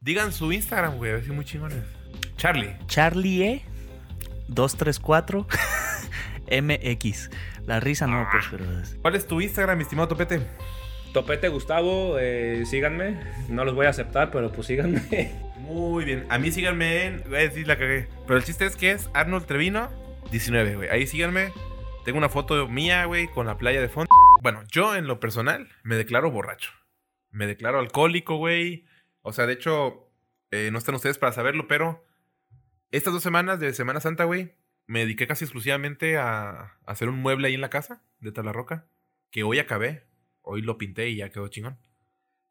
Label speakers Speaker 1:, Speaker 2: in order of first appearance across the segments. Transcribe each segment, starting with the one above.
Speaker 1: Digan su Instagram, güey, a ver si muy chingones. Charlie.
Speaker 2: Charlie E 234 MX. La risa no, pues, pero es-
Speaker 1: ¿Cuál es tu Instagram, mi estimado Topete?
Speaker 3: Topete Gustavo, eh, síganme. No los voy a aceptar, pero pues síganme.
Speaker 1: Muy bien. A mí síganme en. Voy a decir la cagué. Pero el chiste es que es Arnold Trevino 19, güey. Ahí síganme. Tengo una foto mía, güey, con la playa de fondo. Bueno, yo en lo personal me declaro borracho. Me declaro alcohólico, güey. O sea, de hecho, eh, no están ustedes para saberlo, pero estas dos semanas de Semana Santa, güey, me dediqué casi exclusivamente a, a hacer un mueble ahí en la casa de Talarroca. Que hoy acabé. Hoy lo pinté y ya quedó chingón.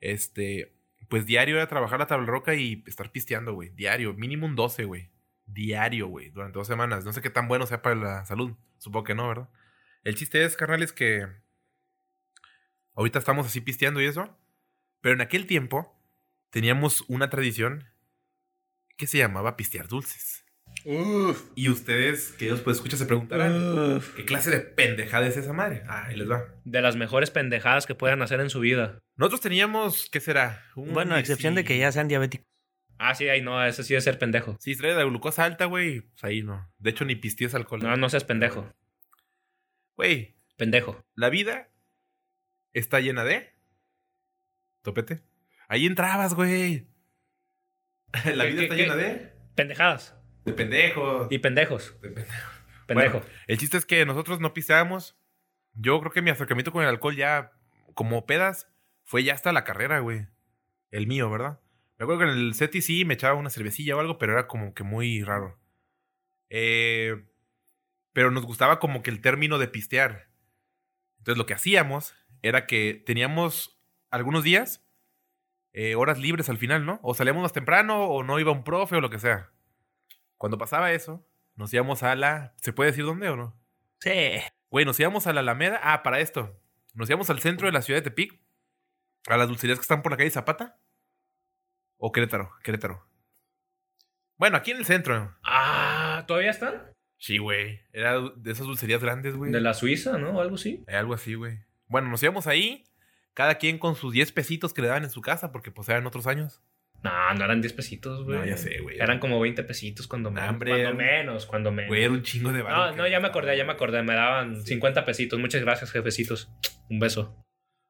Speaker 1: Este, pues diario era trabajar la tabla roca y estar pisteando, güey. Diario, mínimo un 12, güey. Diario, güey, durante dos semanas. No sé qué tan bueno sea para la salud. Supongo que no, ¿verdad? El chiste es, carnales, que ahorita estamos así pisteando y eso. Pero en aquel tiempo teníamos una tradición que se llamaba pistear dulces.
Speaker 3: Uf.
Speaker 1: Y ustedes, que ellos pues escuchan, se preguntarán, ¿qué clase de pendejada es esa madre? Ah, ahí les va.
Speaker 3: De las mejores pendejadas que puedan hacer en su vida.
Speaker 1: Nosotros teníamos, ¿qué será? Un
Speaker 2: Bueno, a excepción de que ya sean diabéticos.
Speaker 3: Ah, sí, ahí no, ese sí es ser pendejo.
Speaker 1: Si trae la glucosa alta, güey, pues ahí no. De hecho, ni pistees alcohol.
Speaker 3: No, no seas pendejo.
Speaker 1: Güey,
Speaker 3: Pendejo.
Speaker 1: la vida está llena de. Topete. Ahí entrabas, güey. la
Speaker 3: ¿Qué-
Speaker 1: vida
Speaker 3: qué-
Speaker 1: está
Speaker 3: qué?
Speaker 1: llena de.
Speaker 3: Pendejadas.
Speaker 1: De pendejos.
Speaker 3: Y pendejos.
Speaker 1: De pendejos.
Speaker 3: Pendejo.
Speaker 1: El chiste es que nosotros no pisteábamos. Yo creo que mi acercamiento con el alcohol ya, como pedas, fue ya hasta la carrera, güey. El mío, ¿verdad? Me acuerdo que en el SETI sí me echaba una cervecilla o algo, pero era como que muy raro. Eh, pero nos gustaba como que el término de pistear. Entonces lo que hacíamos era que teníamos algunos días, eh, horas libres al final, ¿no? O salíamos más temprano o no iba un profe o lo que sea. Cuando pasaba eso, nos íbamos a la... ¿Se puede decir dónde o no?
Speaker 2: Sí.
Speaker 1: Güey, nos íbamos a la Alameda. Ah, para esto. Nos íbamos al centro de la ciudad de Tepic. A las dulcerías que están por la calle Zapata. O Querétaro, Querétaro. Bueno, aquí en el centro.
Speaker 3: Ah, ¿todavía están?
Speaker 1: Sí, güey. Era du- de esas dulcerías grandes, güey.
Speaker 3: De la Suiza, ¿no? O algo así.
Speaker 1: Eh, Algo así, güey. Bueno, nos íbamos ahí. Cada quien con sus 10 pesitos que le daban en su casa, porque pues eran otros años.
Speaker 3: No, no eran 10 pesitos, güey.
Speaker 1: No, ya sé, güey.
Speaker 3: Eran como 20 pesitos cuando menos.
Speaker 1: Hambre,
Speaker 3: cuando
Speaker 1: era-
Speaker 3: menos, cuando menos.
Speaker 1: Güey, era un chingo de varo
Speaker 3: no,
Speaker 1: que-
Speaker 3: no, ya me acordé, ya me acordé. Me daban
Speaker 1: Sí.
Speaker 3: 50 pesitos. Muchas gracias, jefecitos. Un beso.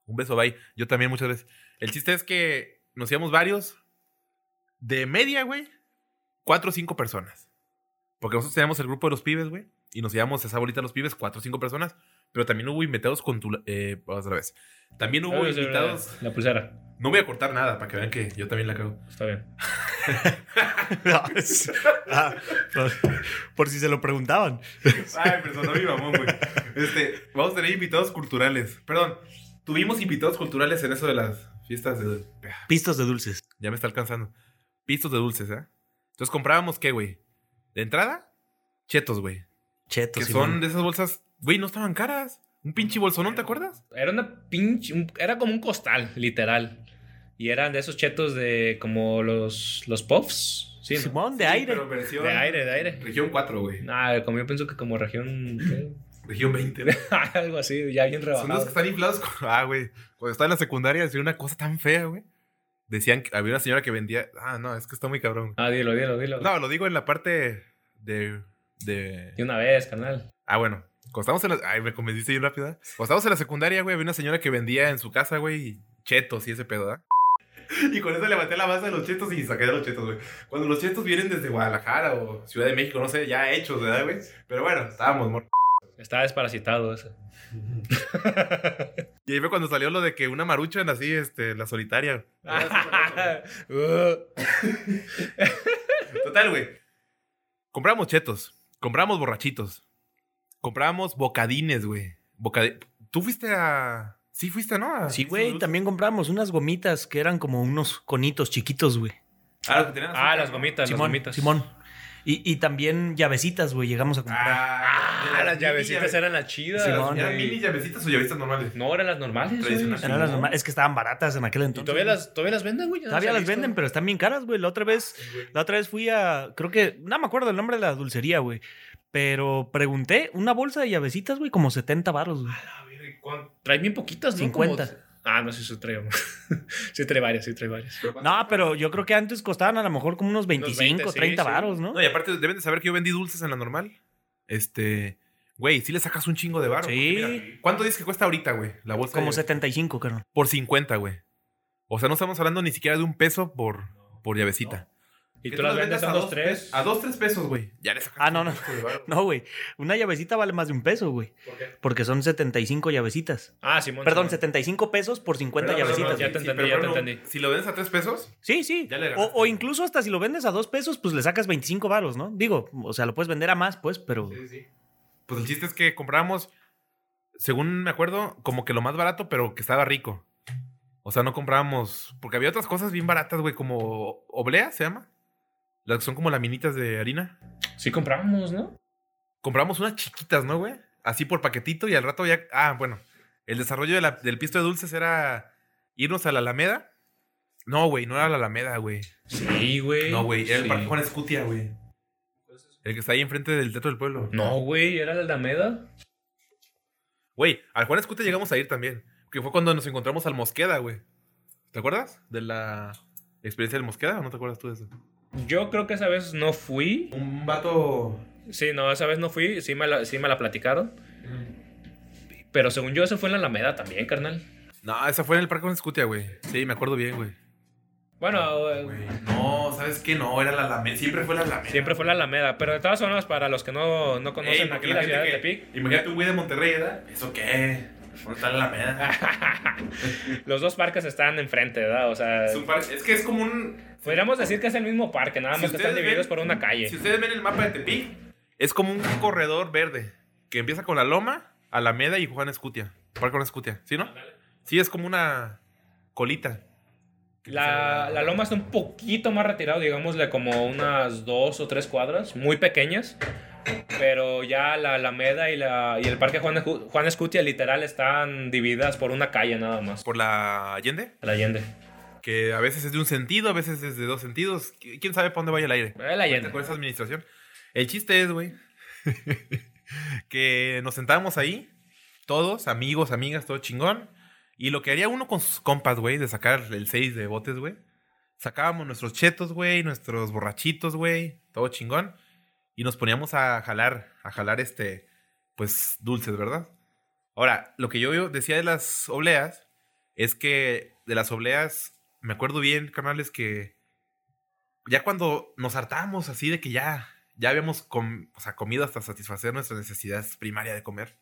Speaker 1: Un beso, bye. Yo también muchas veces. El chiste es que nos íbamos varios. De media, güey. Cuatro o cinco personas. Porque nosotros teníamos el grupo de los pibes, güey. Y nos íbamos a esa bolita de los pibes, cuatro o cinco personas. Pero también hubo invitados con tu... Eh, otra vez. También hubo
Speaker 3: Ay, sí,
Speaker 1: invitados...
Speaker 3: La pulsera.
Speaker 1: No voy a cortar nada para que vean que yo también la cago.
Speaker 3: Está bien.
Speaker 2: Ah, por, por si se lo preguntaban.
Speaker 1: Ay, pero sonó mi mamón, güey. Este, vamos a tener invitados culturales. Perdón, tuvimos invitados culturales en eso de las fiestas de...
Speaker 2: Pistos de dulces.
Speaker 1: Ya me está alcanzando. Pistos de dulces, ¿eh? Entonces comprábamos qué, güey. De entrada, chetos, güey. Que
Speaker 2: Chetos.
Speaker 1: son
Speaker 2: Simón.
Speaker 1: de esas bolsas, güey, no estaban caras. Un pinche bolsonón, ¿te acuerdas?
Speaker 3: Era una pinche. un- era como un costal, literal. Y eran de esos chetos de como los, los puffs. Sí, ¿no?
Speaker 2: Simón de
Speaker 1: Sí,
Speaker 2: aire.
Speaker 1: Pero versión.
Speaker 3: De aire, de aire.
Speaker 1: Región 4, güey.
Speaker 3: Ah, como yo pienso que como región. ¿qué?
Speaker 1: Región 20. güey.
Speaker 3: Algo así, ya bien
Speaker 1: Son los que
Speaker 3: rebajado.
Speaker 1: están inflados. con- Ah, güey. Cuando estaba en la secundaria decía una cosa tan fea, güey. Decían que había una señora que vendía. Ah, no, es que está muy cabrón.
Speaker 3: Ah, dilo, dilo, dilo.
Speaker 1: No, lo digo en la parte de. de...
Speaker 3: De una vez, canal.
Speaker 1: Ah, bueno. Cuando estábamos en la... Ay, me convenciste bien rápido. ¿eh? Cuando estábamos en la secundaria, güey, había una señora que vendía en su casa, güey, chetos y ese pedo, ¿ah? Y con eso levanté la base de los chetos y saqué de los chetos, güey. Cuando los chetos vienen desde Guadalajara o Ciudad de México, no sé, ya hechos, ¿verdad, güey? Pero bueno, estábamos, mor...
Speaker 3: Está desparasitado ese.
Speaker 1: Y ahí fue cuando salió lo de que una maruchan así, este, la solitaria. Ah,
Speaker 3: Ah, Uh.
Speaker 1: Total, güey. Compramos chetos. Compramos borrachitos. Compramos bocadines, güey. Bocadi- Tú fuiste a. Sí, fuiste, ¿no? A-
Speaker 2: Sí, güey, también compramos unas gomitas que eran como unos conitos chiquitos, güey.
Speaker 1: Ah, los que tenían
Speaker 3: Ah,
Speaker 1: azúcar,
Speaker 3: las
Speaker 1: ¿no?
Speaker 3: gomitas, las
Speaker 2: Simón,
Speaker 3: gomitas.
Speaker 2: Simón. Y, y también llavecitas, güey, llegamos a comprar.
Speaker 1: Ah,
Speaker 3: Ah,
Speaker 1: de
Speaker 3: las llavecitas
Speaker 1: mini llave-
Speaker 3: eran las chidas.
Speaker 2: Simón.
Speaker 3: güey.
Speaker 1: ¿Eran mini llavecitas o llavecitas normales?
Speaker 3: No, eran las normales. güey.
Speaker 1: Tradicionales.
Speaker 2: Eran las
Speaker 3: Simón.
Speaker 2: norma- es que estaban baratas en aquel
Speaker 3: Y
Speaker 2: entonces.
Speaker 3: todavía las, todavía las venden, güey. ya no
Speaker 2: Todavía
Speaker 3: se ha
Speaker 2: las
Speaker 3: visto.
Speaker 2: venden, pero están bien caras, güey. La otra vez, la otra vez fui a, creo que, no me acuerdo el nombre de la dulcería, güey. Pero pregunté, una bolsa de llavecitas, güey, como 70 baros, güey.
Speaker 1: A ver, ¿cuánto?
Speaker 3: Traen bien poquitas, ¿no?
Speaker 2: 50.
Speaker 3: Como- Ah, no sé si traigo. sí trae varias, sí trae varias.
Speaker 2: No, pero yo creo que antes costaban a lo mejor como unos 25,
Speaker 3: 20, sí,
Speaker 2: 30
Speaker 3: sí.
Speaker 2: varos, ¿no?
Speaker 1: No, y aparte deben de saber que yo vendí dulces en la normal. Este, güey, sí le sacas un chingo de barro.
Speaker 2: Sí.
Speaker 1: ¿Cuánto dices que cuesta ahorita, güey? La bolsa
Speaker 2: Como
Speaker 1: de-
Speaker 2: 75, creo.
Speaker 1: por 50, güey. O sea, no estamos hablando ni siquiera de un peso por, por llavecita.
Speaker 3: Y
Speaker 1: Que
Speaker 3: tú las vendes a dos,
Speaker 1: pe-
Speaker 3: tres.
Speaker 1: A dos, tres pesos, güey. Ya le sacas
Speaker 2: Ah, no,
Speaker 1: un
Speaker 2: no.
Speaker 1: chingo de barro.
Speaker 2: No, güey. Una llavecita vale más de un peso, güey.
Speaker 3: ¿Por qué?
Speaker 2: Porque son 75 llavecitas.
Speaker 3: Ah, Simón.
Speaker 2: Perdón,
Speaker 3: Simón.
Speaker 2: 75 pesos por 50
Speaker 1: Perdón,
Speaker 2: llavecitas.
Speaker 1: perdón,
Speaker 3: Ya
Speaker 2: güey.
Speaker 3: te
Speaker 1: sí,
Speaker 3: entendí,
Speaker 1: pero
Speaker 3: ya te
Speaker 1: no,
Speaker 3: entendí.
Speaker 1: Si lo vendes a tres pesos,
Speaker 2: Sí, sí.
Speaker 1: Ya le
Speaker 2: O,
Speaker 1: ganaste.
Speaker 2: o incluso hasta si lo vendes a dos pesos, pues le sacas 25 varos, ¿no? Digo, o sea, lo puedes vender a más, pues, pero...
Speaker 1: pues el chiste es que compramos, según me acuerdo, como que lo más barato, pero que estaba rico. O sea, no comprábamos. Porque había otras cosas bien baratas, güey, como oblea, se llama. Las que son como laminitas de harina.
Speaker 3: Sí compramos, ¿no?
Speaker 1: Compramos unas chiquitas, ¿no, güey? Así por paquetito y al rato ya. Ah, bueno. El desarrollo de la- del pisto de dulces era irnos a la Alameda. No, güey, no era la Alameda, güey.
Speaker 3: Sí, güey.
Speaker 1: No, güey, era el
Speaker 3: Sí.
Speaker 1: Parque Juan Escutia, güey. El que está ahí enfrente del Teatro del Pueblo.
Speaker 3: No, güey, era la Alameda.
Speaker 1: Güey, al Juan Escutia llegamos a ir también. Que fue cuando nos encontramos al Mosqueda, güey. ¿Te acuerdas? De la experiencia del Mosqueda, ¿o no te acuerdas tú de eso?
Speaker 3: Yo creo que esa vez no fui.
Speaker 1: Un vato.
Speaker 3: Sí, no, esa vez no fui. Sí me la, sí me la platicaron.
Speaker 1: mm,
Speaker 3: Pero según yo, eso fue en la Alameda también, carnal.
Speaker 1: No, esa fue en el Parque Juan Escutia, güey. Sí, me acuerdo bien, güey.
Speaker 3: Bueno, eh,
Speaker 1: No, ¿sabes qué? No, era la Alameda. Siempre fue la Alameda.
Speaker 3: siempre fue la Alameda. Pero de todas formas, para los que no, no
Speaker 1: Ey,
Speaker 3: conocen
Speaker 1: porque
Speaker 3: aquí
Speaker 1: la
Speaker 3: la
Speaker 1: gente
Speaker 3: ciudad de
Speaker 1: que-
Speaker 3: Tepic,
Speaker 1: Imagínate un güey de Monterrey, ¿verdad? ¿Eso qué? ¿Dónde está la
Speaker 3: Ah,
Speaker 1: Alameda?
Speaker 3: los dos parques están enfrente, ¿verdad? O sea,
Speaker 1: es, un parque- es que es como un.
Speaker 3: podríamos decir que es el mismo parque, nada
Speaker 1: Si
Speaker 3: más que están
Speaker 1: ustedes
Speaker 3: divididos
Speaker 1: ven-
Speaker 3: por una calle.
Speaker 1: Si ustedes ven el mapa de Tepic, es como un corredor verde que empieza con la Loma, Alameda y Juan Escutia. Parque Juan Escutia, ¿sí no? Sí, es como una colita.
Speaker 3: La, la loma está un poquito más retirado, digámosle como unas dos o tres cuadras, muy pequeñas. Pero ya la Alameda y, la, y el Parque Juan, Escu- Juan Escutia literal están divididas por una calle nada más.
Speaker 1: Por la Allende,
Speaker 3: El Allende. Eh,
Speaker 1: que a veces es de un sentido, a veces es de dos sentidos. Qui- ¿Quién sabe para dónde vaya el aire?
Speaker 3: El Allende.
Speaker 1: Con esa administración. El chiste es, güey, que nos sentábamos ahí, todos, amigos, amigas, todo chingón. Y lo que haría uno con sus compas, güey, de sacar el 6 de botes, güey. Sacábamos nuestros chetos, güey, nuestros borrachitos, güey, todo chingón. Y nos poníamos a jalar, a jalar este, pues, dulces, ¿verdad? Ahora, lo que yo decía de las obleas es que de las obleas, me acuerdo bien, carnales, que ya cuando nos hartábamos así de que ya, ya habíamos com- o sea, comido hasta satisfacer nuestras necesidades primarias de comer,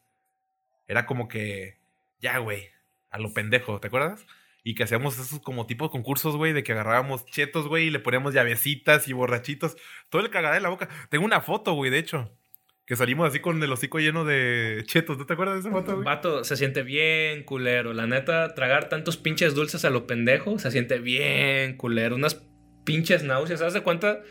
Speaker 1: era como que, ya, güey, a lo pendejo, ¿te acuerdas? Y que hacíamos esos como tipo de concursos, güey, de que agarrábamos chetos, güey, y le poníamos llavecitas y borrachitos. Todo el cagada en la boca. Tengo una foto, güey, de hecho. Que salimos así con el hocico lleno de chetos. ¿No te acuerdas de esa foto, güey?
Speaker 3: Vato, se siente bien culero. La neta, tragar tantos pinches dulces a lo pendejo se siente bien culero. Unas pinches náuseas. ¿Haz de cuenta?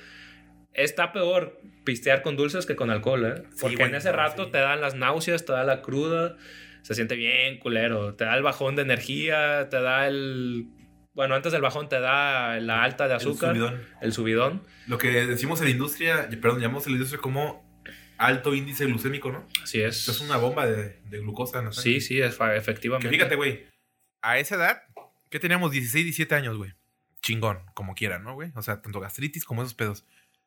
Speaker 3: Está peor pistear con dulces que con alcohol, ¿eh?
Speaker 1: Sí,
Speaker 3: Porque
Speaker 1: güey,
Speaker 3: en ese
Speaker 1: no,
Speaker 3: rato
Speaker 1: sí.
Speaker 3: te dan las náuseas, te da la cruda. Se siente bien culero. Te da el bajón de energía, te da el. Bueno, antes del bajón te da la alta de azúcar, el subidón.
Speaker 1: Lo que decimos en la industria, perdón, llamamos en la industria como alto índice glucémico, ¿no?
Speaker 3: Así es.
Speaker 1: Eso es una bomba de, de glucosa en la sangre.
Speaker 3: Sí, sí, es- efectivamente.
Speaker 1: Que fíjate, güey. A esa edad, que teníamos 16, 17 años, güey. Chingón, como quieran, ¿no, güey? O sea, tanto gastritis como esos pedos.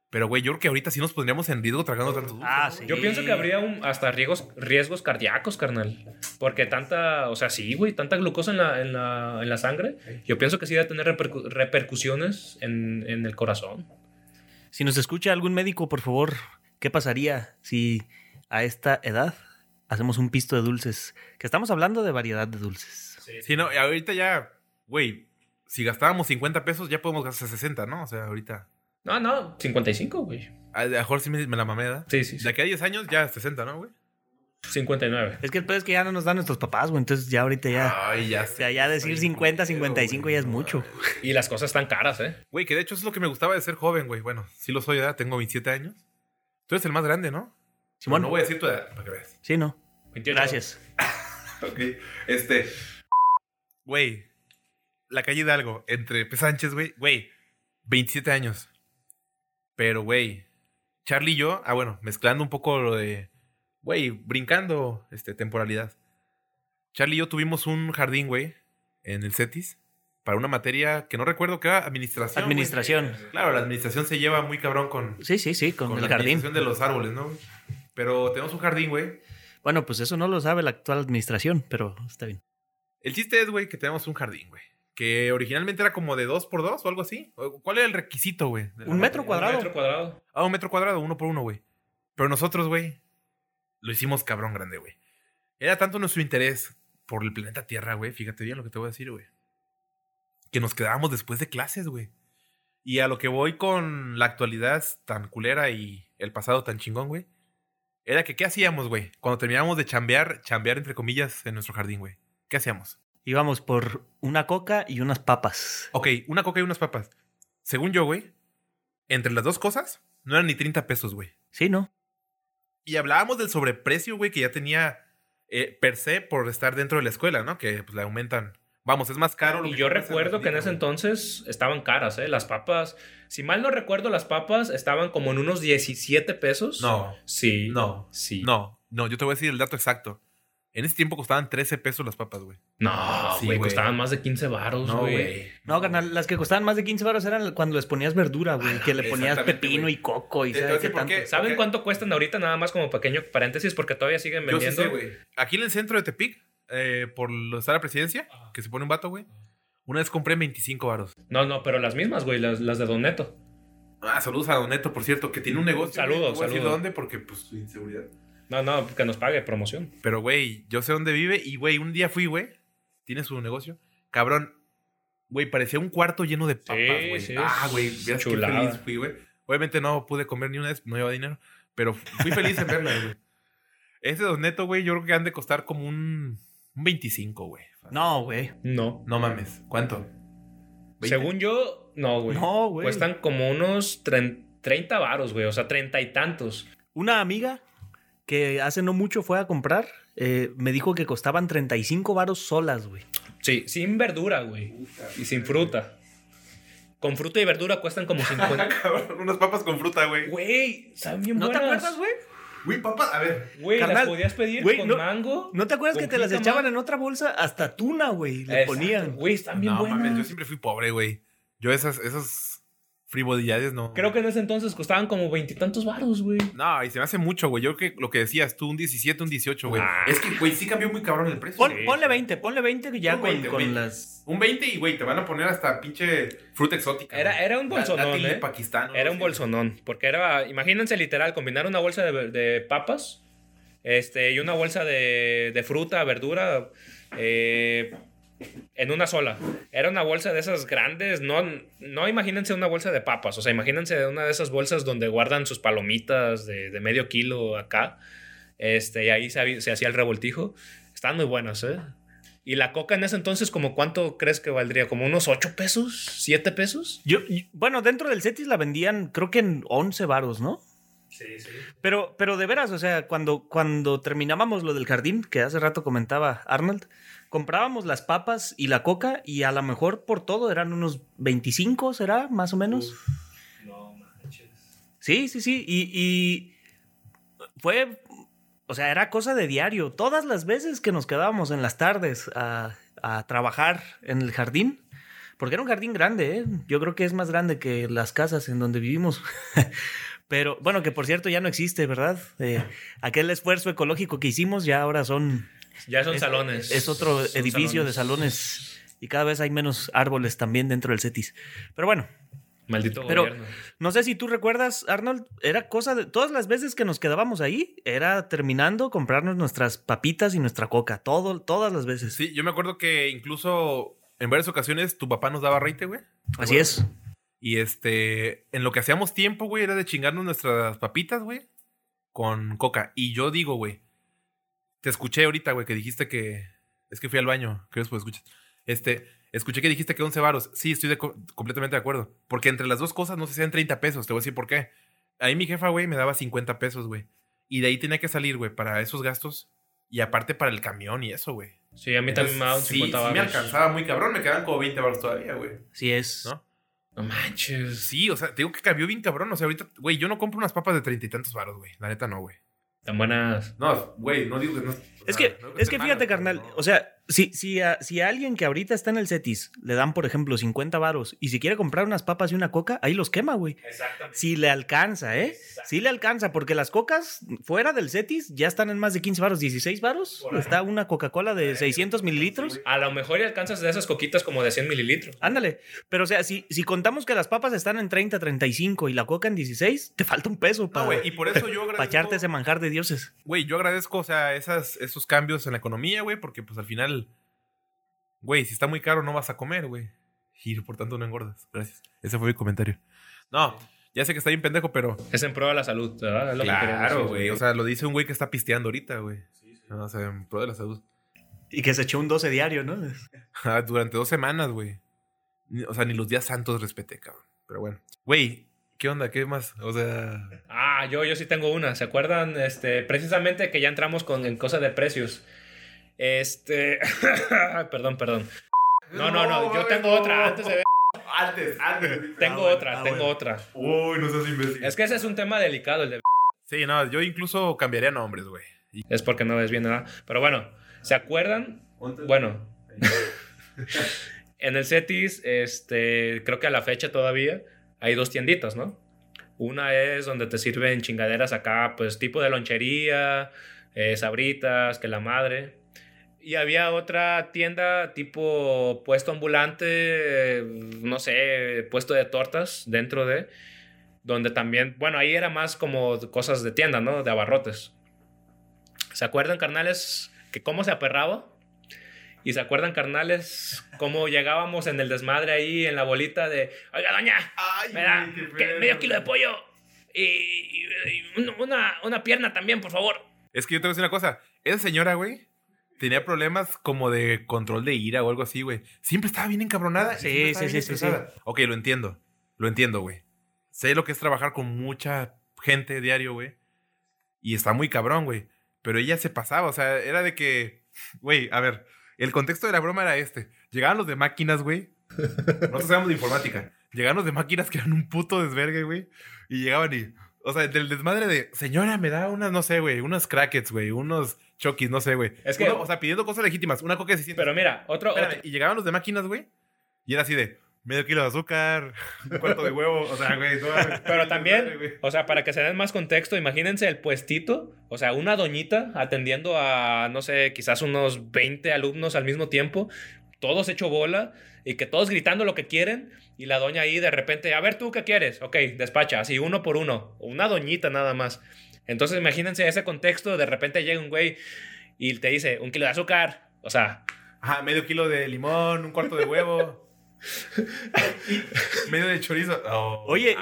Speaker 1: Pero, güey, yo creo que ahorita sí nos pondríamos en riesgo tragando tanto dulce.
Speaker 2: Ah,
Speaker 1: ¿no, güey?
Speaker 2: sí.
Speaker 3: Yo pienso que habría un- hasta riesgos, riesgos cardíacos, carnal. Porque tanta, o sea, sí, güey, tanta glucosa en la, en la, en la sangre. Yo pienso que sí debe tener repercu- repercusiones en, en el corazón.
Speaker 2: Si nos escucha algún médico, por favor, ¿qué pasaría si a esta edad hacemos un pisto de dulces? Que estamos hablando de variedad de dulces.
Speaker 1: Sí, no, y ahorita ya, güey, si gastábamos 50 pesos, ya podemos gastar 60, ¿no? O sea, ahorita.
Speaker 3: No, no, 55, güey.
Speaker 1: A lo mejor sí me, me la mamé, ¿verdad?
Speaker 3: Sí, sí, sí.
Speaker 1: De aquí a 10 años, ya 60, ¿no, güey?
Speaker 3: 59.
Speaker 2: Es que el pedo es que ya no nos dan nuestros papás, güey. Entonces ya ahorita ya...
Speaker 1: Ay, ya.
Speaker 2: O sea, ya decir 50, 55 ya es mucho.
Speaker 3: Y las cosas están caras, ¿eh?
Speaker 1: Güey, que de hecho eso es lo que me gustaba de ser joven, güey. Bueno, sí lo soy, ¿verdad? Tengo 27 años. Tú eres el más grande, ¿no?
Speaker 2: Simón.
Speaker 1: No voy a decir tu edad, para que veas.
Speaker 2: Sí, ¿no?
Speaker 3: 28.
Speaker 2: Gracias.
Speaker 1: Ok. Este. Güey. La calle Hidalgo, entre P. Sánchez, güey. Güey. 27 años. Pero, güey. Charlie y yo. Ah, bueno, mezclando un poco lo de. Güey, brincando este, temporalidad. Charlie y yo tuvimos un jardín, güey. en el CETIS para una materia que no recuerdo que era administración. güey.
Speaker 2: Administración.
Speaker 1: Claro, la administración se lleva muy cabrón con,
Speaker 2: Sí, sí, sí, con,
Speaker 1: con
Speaker 2: el
Speaker 1: la
Speaker 2: jardín.
Speaker 1: administración de los árboles, ¿no? güey? Pero tenemos un jardín, güey.
Speaker 2: Bueno, pues eso no lo sabe la actual administración, pero está bien.
Speaker 1: El chiste es, güey, que tenemos un jardín, güey. Que originalmente era como de dos por dos o algo así. O- ¿Cuál era el requisito, güey? de la
Speaker 2: Un metro
Speaker 1: materia?
Speaker 2: cuadrado.
Speaker 3: metro cuadrado.
Speaker 1: Ah, un metro cuadrado, uno por uno, güey. Pero nosotros, güey, lo hicimos cabrón grande, güey. Era tanto nuestro interés por el planeta Tierra, güey. Fíjate bien lo que te voy a decir, güey. Que nos quedábamos después de clases, güey. Y a lo que voy con la actualidad tan culera y el pasado tan chingón, güey. Era que, ¿qué hacíamos, güey? Cuando terminábamos de chambear, chambear entre comillas en nuestro jardín, güey. ¿Qué hacíamos?
Speaker 2: Íbamos por una coca y unas papas.
Speaker 1: Ok, una coca y unas papas. Según yo, güey, entre las dos cosas, no eran ni 30 pesos, güey.
Speaker 2: Sí, ¿no?
Speaker 1: Y hablábamos del sobreprecio, güey, que ya tenía eh, per se por estar dentro de la escuela, ¿no? Que pues le aumentan. Vamos, es más caro. lo
Speaker 3: Y
Speaker 1: que
Speaker 3: yo
Speaker 1: compras el
Speaker 3: recuerdo que en
Speaker 1: día,
Speaker 3: ese
Speaker 1: güey.
Speaker 3: entonces estaban caras, ¿eh? Las papas, si mal no recuerdo, las papas estaban como en unos 17 pesos.
Speaker 1: No,
Speaker 3: Sí.
Speaker 1: No.
Speaker 3: Sí.
Speaker 1: no, no, yo te voy a decir el dato exacto. En ese tiempo costaban 13 pesos las papas, güey.
Speaker 3: No,
Speaker 1: Sí,
Speaker 3: güey,
Speaker 1: güey.
Speaker 3: costaban más de 15 varos,
Speaker 1: No,
Speaker 3: güey.
Speaker 1: güey.
Speaker 2: No, carnal, las que costaban más de 15 baros eran cuando les ponías verdura, güey. Que le ponías
Speaker 1: Ah, exactamente,
Speaker 2: pepino
Speaker 1: güey.
Speaker 2: y coco y
Speaker 1: Te- te
Speaker 2: sabe
Speaker 1: voy a decir
Speaker 2: qué
Speaker 1: por
Speaker 2: tanto.
Speaker 1: qué.
Speaker 3: ¿Saben
Speaker 1: Ok.
Speaker 3: cuánto cuestan ahorita? Nada más como pequeño paréntesis, porque todavía siguen
Speaker 1: Yo sí
Speaker 3: vendiendo.
Speaker 1: sé, güey. Aquí en el centro de Tepic, eh, por lo- estar la presidencia, que se pone un vato, güey. Una vez compré 25 varos.
Speaker 3: no, no, pero las mismas, güey, las, las de Don Neto.
Speaker 1: Ah, saludos a Don Neto, por cierto, que tiene un negocio. güey.
Speaker 3: Saludos,
Speaker 1: No voy a decir
Speaker 3: saludos.
Speaker 1: dónde? Porque, pues, su inseguridad.
Speaker 3: No, no, que nos pague promoción.
Speaker 1: Pero, güey, yo sé dónde vive y, güey, un día fui, güey. Tiene su negocio. Cabrón. Güey, parecía un cuarto lleno de papas, güey.
Speaker 3: sí,
Speaker 1: ah, güey,
Speaker 3: es
Speaker 1: veas qué
Speaker 3: chulada.
Speaker 1: feliz fui, güey. Obviamente no pude comer ni una vez, no llevaba dinero. Pero fui feliz en verla, güey. Ese Don Neto, güey, yo creo que han de costar como un, un 25, güey.
Speaker 2: No, güey.
Speaker 3: No.
Speaker 1: No mames. ¿Cuánto? ¿Veinte?
Speaker 3: Según yo, no, güey.
Speaker 2: No, güey.
Speaker 1: Pues
Speaker 3: Cuestan como unos tren- 30 varos, güey, o sea, treinta y tantos.
Speaker 2: Una amiga que hace no mucho fue a comprar, eh, me dijo que costaban 35 varos solas, güey.
Speaker 3: Sí, sin verdura, güey. Y sin fruta. Con fruta y verdura cuestan como 50.
Speaker 1: Cabrón, unas papas con fruta, güey.
Speaker 3: Güey, saben bien
Speaker 2: ¿No te
Speaker 3: buenas.
Speaker 2: acuerdas, güey?
Speaker 1: Güey, papas, a ver.
Speaker 3: Güey, las
Speaker 2: Carnal,
Speaker 3: podías pedir
Speaker 2: güey,
Speaker 3: con
Speaker 2: no-
Speaker 3: mango.
Speaker 2: ¿No te acuerdas
Speaker 3: con
Speaker 2: que te las
Speaker 3: jícama?
Speaker 2: echaban en otra bolsa? Hasta tuna, güey. Le
Speaker 3: Exacto,
Speaker 2: ponían.
Speaker 3: Güey, están bien
Speaker 1: no
Speaker 3: buenas.
Speaker 1: mames, yo siempre fui pobre, güey. Yo esas, esas frivolidades no.
Speaker 3: Creo que en ese entonces costaban como veintitantos varos, güey.
Speaker 1: No, y se me hace mucho, güey. Yo creo que lo que decías tú, un 17, un 18, güey.
Speaker 3: Ah.
Speaker 1: Es que, güey, sí cambió muy cabrón el precio.
Speaker 2: Pon-
Speaker 1: güey.
Speaker 2: ponle 20, ponle 20 que ya
Speaker 1: Un
Speaker 2: con,
Speaker 1: 20,
Speaker 2: con
Speaker 1: güey.
Speaker 2: las.
Speaker 1: Un 20 y, güey, te van a poner hasta pinche fruta exótica.
Speaker 3: Era,
Speaker 1: güey.
Speaker 3: era un
Speaker 1: Da-
Speaker 3: bolsonón,
Speaker 1: dátil de
Speaker 3: ¿eh?
Speaker 1: pakistán,
Speaker 3: Era un bolsonón. Porque era, imagínense literal, combinar una bolsa de, de papas este, y una bolsa de, de fruta, verdura, eh, en una sola. Era una bolsa de esas grandes. No, no imagínense una bolsa de papas. O sea, imagínense una de esas bolsas donde guardan sus palomitas de, de medio kilo acá. Este, y ahí se, había- se hacía el revoltijo. Están muy buenas, ¿eh? Y la coca en ese entonces, ¿como cuánto crees que valdría? ¿Como unos 8 pesos? ¿7 pesos?
Speaker 2: Yo, yo- bueno, dentro del Cetis la vendían, creo que en 11 varos, ¿no?
Speaker 3: Sí, sí.
Speaker 2: Pero, pero de veras, o sea, cuando, cuando terminábamos lo del jardín, que hace rato comentaba Arnold, comprábamos las papas y la coca y a lo mejor por todo eran unos 25, ¿será? Más o menos.
Speaker 3: No manches.
Speaker 2: Sí, sí, sí. Y, y fue, o sea, era cosa de diario. Todas las veces que nos quedábamos en las tardes a, a trabajar en el jardín, porque era un jardín grande, ¿eh? yo creo que es más grande que las casas en donde vivimos. Pero bueno, que por cierto ya no existe, ¿verdad? Eh, aquel esfuerzo ecológico que hicimos ya ahora son...
Speaker 3: Ya son
Speaker 2: es-
Speaker 3: salones.
Speaker 2: Es otro
Speaker 3: Son
Speaker 2: edificio de salones y cada vez hay menos árboles también dentro del CETIS. Pero bueno,
Speaker 3: Maldito
Speaker 2: Pero-
Speaker 3: gobierno.
Speaker 2: no sé si tú recuerdas, Arnold, era cosa de todas las veces que nos quedábamos ahí, era terminando comprarnos nuestras papitas y nuestra coca, todo, todas las veces.
Speaker 1: Sí, yo me acuerdo que incluso en varias ocasiones tu papá nos daba reite, güey.
Speaker 2: Así es.
Speaker 1: Y este, en lo que hacíamos tiempo, güey, era de chingarnos nuestras papitas, güey, con coca. Y yo digo, güey, te escuché ahorita, güey, que dijiste que. Es que fui al baño, creo que después escuchas. Este, escuché que dijiste que 11 varos. Sí, estoy de co- completamente de acuerdo. Porque entre las dos cosas no se sean 30 pesos, te voy a decir por qué. Ahí mi jefa, güey, me daba 50 pesos, güey. Y de ahí tenía que salir, güey, para esos gastos. Y aparte para el camión y eso, güey.
Speaker 3: Sí, a mí también me daban
Speaker 1: Entonces, sí,
Speaker 3: 50
Speaker 1: sí me
Speaker 3: baros.
Speaker 1: alcanzaba muy cabrón, me quedaban como 20 varos todavía, güey.
Speaker 2: Así es.
Speaker 1: ¿No?
Speaker 3: No manches.
Speaker 1: Sí, o sea, te digo que cambió bien cabrón. O sea, ahorita, güey, yo no compro unas papas de treinta y tantos varos, güey. La neta no, güey.
Speaker 3: Tan buenas.
Speaker 1: No, güey, no digo que no. o
Speaker 2: Es que, es que fíjate, carnal, o sea, si, si, a, si a alguien que ahorita está en el CETIS le dan, por ejemplo, 50 varos y si quiere comprar unas papas y una coca, ahí los quema, güey.
Speaker 3: Exactamente.
Speaker 2: Si le alcanza, ¿eh?
Speaker 3: Exacto.
Speaker 2: Si le alcanza, porque las cocas fuera del CETIS ya están en más de 15 varos, 16 varos.
Speaker 3: Por ahí.
Speaker 2: Está una Coca-Cola de 600 mililitros.
Speaker 3: A lo mejor y alcanzas de esas coquitas como de 100 mililitros.
Speaker 2: Ándale, pero o sea, si, si contamos que las papas están en 30, 35 y la coca en 16, te falta un peso
Speaker 1: No,
Speaker 2: para
Speaker 1: güey, y por eso yo agradezco.
Speaker 2: echarte ese manjar de dioses.
Speaker 1: Güey, yo agradezco, o sea, esas, esos cambios en la economía, güey, porque pues al final. Güey, si está muy caro no vas a comer, güey. Y por tanto no engordas. Gracias. Ese fue mi comentario. No, ya sé que está bien pendejo, pero.
Speaker 3: Es en pro de la salud, ¿verdad? Es lo que queremos
Speaker 1: Claro,
Speaker 3: decir.
Speaker 1: güey. O sea, lo dice un güey que está pisteando ahorita, güey. No, o sea, en pro de la salud.
Speaker 2: Y que se echó un 12 diario, ¿no?
Speaker 1: Ah, Durante dos semanas, güey. Ni- O sea, ni los días santos respeté, cabrón. Pero bueno. Güey, ¿qué onda? ¿Qué más? O sea.
Speaker 3: Ah, yo, yo sí tengo una. ¿Se acuerdan? Este, precisamente que ya entramos con en cosas de precios. Este. perdón, perdón. No, no, no. Yo tengo otra. Antes de ver.
Speaker 1: Antes, antes.
Speaker 3: Tengo
Speaker 2: bueno,
Speaker 3: otra,
Speaker 2: ah,
Speaker 3: tengo
Speaker 2: bueno.
Speaker 3: otra.
Speaker 1: Uy, no seas imbécil.
Speaker 3: Es que ese es un tema delicado, el de.
Speaker 1: Sí, no, yo incluso cambiaría nombres, güey.
Speaker 3: Es porque no ves bien nada. Pero bueno, ¿se acuerdan? Bueno. en el CETIS, este, creo que a la fecha todavía hay dos tienditas, ¿no? Una es donde te sirven chingaderas acá, pues tipo de lonchería, eh, sabritas, que la madre. Y había otra tienda tipo puesto ambulante, eh, no sé, puesto de tortas dentro de, donde también, bueno, ahí era más como cosas de tienda, ¿no? De abarrotes. ¿Se acuerdan, carnales, que cómo se aperraba? Y se acuerdan, carnales, cómo llegábamos en el desmadre ahí, en la bolita de, oiga, doña,
Speaker 1: Ay,
Speaker 3: me da que- medio kilo de pollo y, y- y un- una, una pierna también, por favor.
Speaker 1: Es que yo te voy a decir una cosa. Esa señora, güey, tenía problemas como de control de ira o algo así, güey. Siempre estaba bien encabronada. y
Speaker 2: Sí,
Speaker 1: siempre estaba
Speaker 2: sí,
Speaker 1: bien
Speaker 2: sí, sí,
Speaker 1: estresada. Ok, lo entiendo. Lo entiendo, güey. Sé lo que es trabajar con mucha gente diario, güey. Y está muy cabrón, güey. Pero ella se pasaba, o sea, era de que, güey, a ver, el contexto de la broma era este. Llegaban los de máquinas, güey. Nosotros sabemos de informática. Llegaban los de máquinas que eran un puto desvergue, güey. Y llegaban y, o sea, del desmadre de, señora, me da unas, no sé, güey, unos crackets, güey, unos chokis, no sé, güey.
Speaker 3: Es que-
Speaker 1: Uno, o sea, pidiendo cosas legítimas, una coca de 600.
Speaker 3: Pero mira, otro...
Speaker 1: Espérame,
Speaker 3: otro-
Speaker 1: y llegaban los de máquinas, güey, y era así de, medio kilo de azúcar, un cuarto de huevo, o sea, güey. no mames.
Speaker 3: Pero
Speaker 1: Madre, güey.
Speaker 3: también, o sea, para que se den más contexto, imagínense el puestito, o sea, una doñita atendiendo a, no sé, quizás unos 20 alumnos al mismo tiempo, todos hecho bola y que todos gritando lo que quieren y la doña ahí de repente, a ver tú qué quieres, ok, despacha, así uno por uno, una doñita nada más. Entonces imagínense ese contexto, de repente llega un güey y te dice, un kilo de azúcar, o sea,
Speaker 1: Ajá, medio kilo de limón, un cuarto de huevo. Y medio de chorizo. Oh.
Speaker 2: Oye,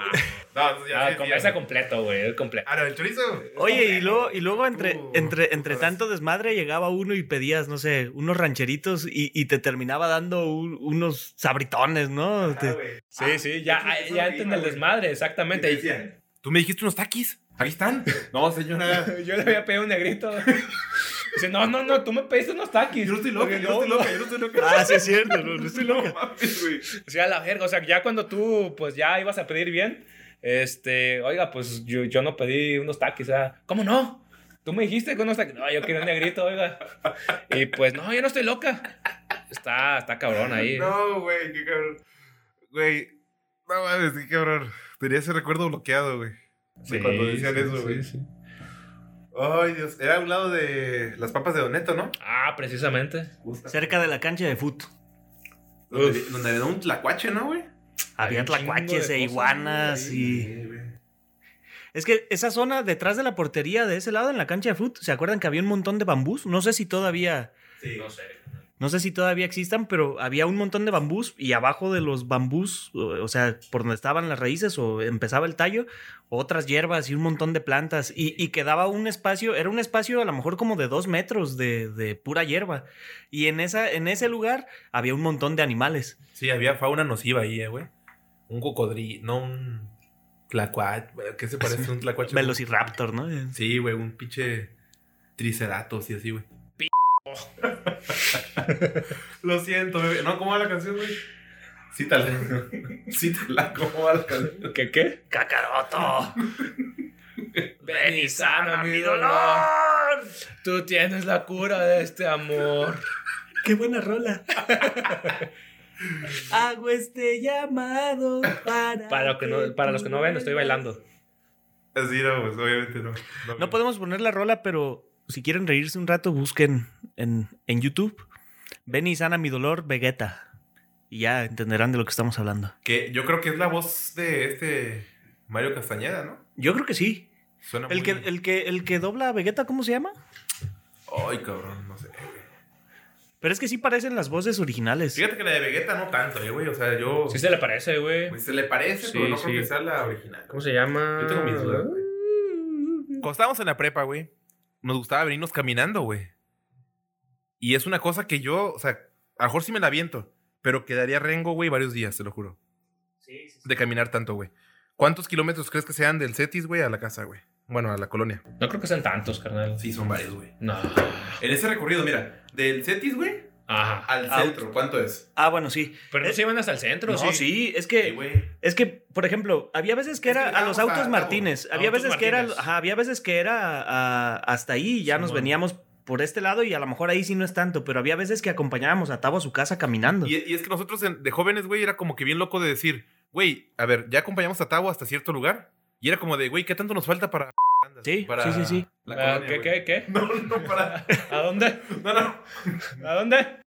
Speaker 1: No, eso ya
Speaker 3: ah,
Speaker 1: sí,
Speaker 3: com-
Speaker 1: sí, ya
Speaker 3: ese
Speaker 1: no.
Speaker 3: completo, güey, el completo.
Speaker 1: Ah, no, el chorizo. es
Speaker 2: Oye, y
Speaker 1: completo.
Speaker 2: luego, y luego entre,
Speaker 1: Tú-
Speaker 2: entre,
Speaker 1: tú
Speaker 2: entre
Speaker 1: sabrás.
Speaker 2: tanto desmadre llegaba uno y pedías, no sé, unos rancheritos y, y te terminaba dando un- unos sabritones, ¿no?
Speaker 1: Ah,
Speaker 2: Te-
Speaker 1: güey.
Speaker 3: Sí, sí, ya,
Speaker 1: eso- eso
Speaker 3: ya
Speaker 1: es lo que
Speaker 3: entran el
Speaker 1: iba, güey.
Speaker 3: desmadre, exactamente.
Speaker 1: Y decía, Tú me dijiste unos taquis. Aquí están. No, señora.
Speaker 3: Yo le había pedido un negrito. Dice, no, no, no, tú me pediste unos taquis.
Speaker 1: Yo no estoy loca, yo no estoy loca, yo no estoy loca.
Speaker 2: Ah, sí, es cierto, no, no estoy loca.
Speaker 1: mames, güey.
Speaker 3: O sea, la verga, o sea, ya cuando tú, pues ya ibas a pedir bien, este, oiga, pues yo, yo no pedí unos taquis, ah, ¿cómo no? Tú me dijiste que unos taquis. No, yo quería un negrito, oiga. Y pues, no, yo no estoy loca. Está, está cabrón ahí.
Speaker 1: No, güey, qué cabrón. Güey, no mames, qué cabrón. Tenía ese recuerdo bloqueado, güey. De cuando decían
Speaker 3: sí,
Speaker 1: eso,
Speaker 3: sí,
Speaker 1: güey.
Speaker 3: sí.
Speaker 1: Ay, Dios. Era a un lado de las papas de Doneto, ¿no?
Speaker 3: Ah, precisamente.
Speaker 2: Cerca de la cancha de fútbol.
Speaker 1: Donde,
Speaker 3: Uf.
Speaker 1: donde le da un tlacuache, ¿no, güey?
Speaker 2: Había
Speaker 3: un chingo de
Speaker 2: tlacuaches e
Speaker 3: cosas,
Speaker 2: iguanas y...
Speaker 1: güey.
Speaker 2: Es que esa zona detrás de la portería, de ese lado, en la cancha de fútbol, ¿se acuerdan que había un montón de bambús? No sé si todavía...
Speaker 1: Sí.
Speaker 3: No sé.
Speaker 2: No sé si todavía existan, pero había un montón de bambús y abajo de los bambús, o o sea, por donde estaban las raíces o empezaba el tallo, otras hierbas y un montón de plantas. Y, y quedaba un espacio, era un espacio a lo mejor como de dos metros de, de pura hierba. Y en, esa, en ese lugar había un montón de animales.
Speaker 1: Sí, había fauna nociva ahí, eh, güey. Un cocodrilo, no un tlacuache. ¿Qué se parece a un tlacuache?
Speaker 2: Velociraptor, ¿no?
Speaker 1: Sí, güey, un pinche triceratops y así, güey. Lo siento, bebé. No, ¿cómo va la canción, güey? Cítala. Cítala, ¿cómo va la canción?
Speaker 3: ¿Qué, qué?
Speaker 2: ¡Cacaroto!
Speaker 3: Ven y sana mi dolor.
Speaker 2: amor.
Speaker 3: Tú tienes la cura de este amor.
Speaker 2: Qué buena rola. Hago este llamado para.
Speaker 3: Para, lo que no- para los que no ven, estoy bailando.
Speaker 1: Así no, pues obviamente no.
Speaker 2: No podemos poner la rola, pero si quieren reírse un rato, busquen en, en YouTube. Ven y sana mi dolor, Vegeta. Y ya entenderán de lo que estamos hablando.
Speaker 1: Que yo creo que es la voz de este Mario Castañeda, ¿no?
Speaker 2: Yo creo que sí.
Speaker 1: Suena
Speaker 2: El
Speaker 1: muy-
Speaker 2: que, el que, el que dobla a Vegeta, ¿cómo se llama?
Speaker 1: Ay, cabrón, no sé, güey.
Speaker 2: Pero es que sí parecen las voces originales.
Speaker 1: Fíjate que la de Vegeta no tanto, eh, güey. O sea, yo.
Speaker 3: Sí se le parece, güey.
Speaker 1: Pues, se le parece,
Speaker 3: Sí,
Speaker 1: pero no
Speaker 3: sí.
Speaker 1: creo que sea la original.
Speaker 3: ¿Cómo se llama?
Speaker 1: Yo tengo mis dudas, güey. Cuando estábamos en la prepa, güey, nos gustaba venirnos caminando, güey. Y es una cosa que yo, o sea, a lo mejor sí me la aviento, pero quedaría rengo, güey, varios días, te lo juro. De caminar tanto, güey. ¿Cuántos kilómetros crees que sean del Cetis, güey, a la casa, güey? Bueno, a la colonia.
Speaker 3: No creo que sean tantos, carnal.
Speaker 1: Sí, son varios, güey.
Speaker 3: No.
Speaker 1: En ese recorrido, mira, del Cetis, güey,
Speaker 3: Ajá.
Speaker 1: al
Speaker 2: Out.
Speaker 1: centro, ¿cuánto es?
Speaker 2: Ah, bueno, sí.
Speaker 3: Pero no se iban hasta el centro,
Speaker 2: No,
Speaker 3: sí.
Speaker 2: sí. es que.
Speaker 1: Eh, Sí, güey.
Speaker 2: Es que, por ejemplo, había veces que
Speaker 1: Es que
Speaker 2: era a
Speaker 1: llegábamos
Speaker 2: los
Speaker 1: a-
Speaker 2: autos
Speaker 1: a-
Speaker 2: Martínez.
Speaker 3: a
Speaker 2: había
Speaker 3: autos
Speaker 2: veces que era.
Speaker 3: Martínez.
Speaker 2: ajá, había veces que era a- hasta ahí. y Ya nos
Speaker 3: Simón.
Speaker 2: veníamos por este lado y a lo mejor ahí sí no es tanto. Pero había veces que acompañábamos a Tavo a su casa caminando.
Speaker 1: Y, y es que nosotros en- de jóvenes, güey, era como que bien loco de decir, güey, a ver, ya acompañamos a Tavo hasta cierto lugar. Y era como de, güey, ¿qué tanto nos falta para.
Speaker 2: Sí,
Speaker 1: para
Speaker 2: sí, sí, sí.
Speaker 1: la
Speaker 3: Ah,
Speaker 1: colonia,
Speaker 3: ¿Qué,
Speaker 1: güey?
Speaker 3: qué, qué?
Speaker 1: No, no, para.
Speaker 3: ¿A dónde?
Speaker 1: No, no.
Speaker 3: ¿A dónde?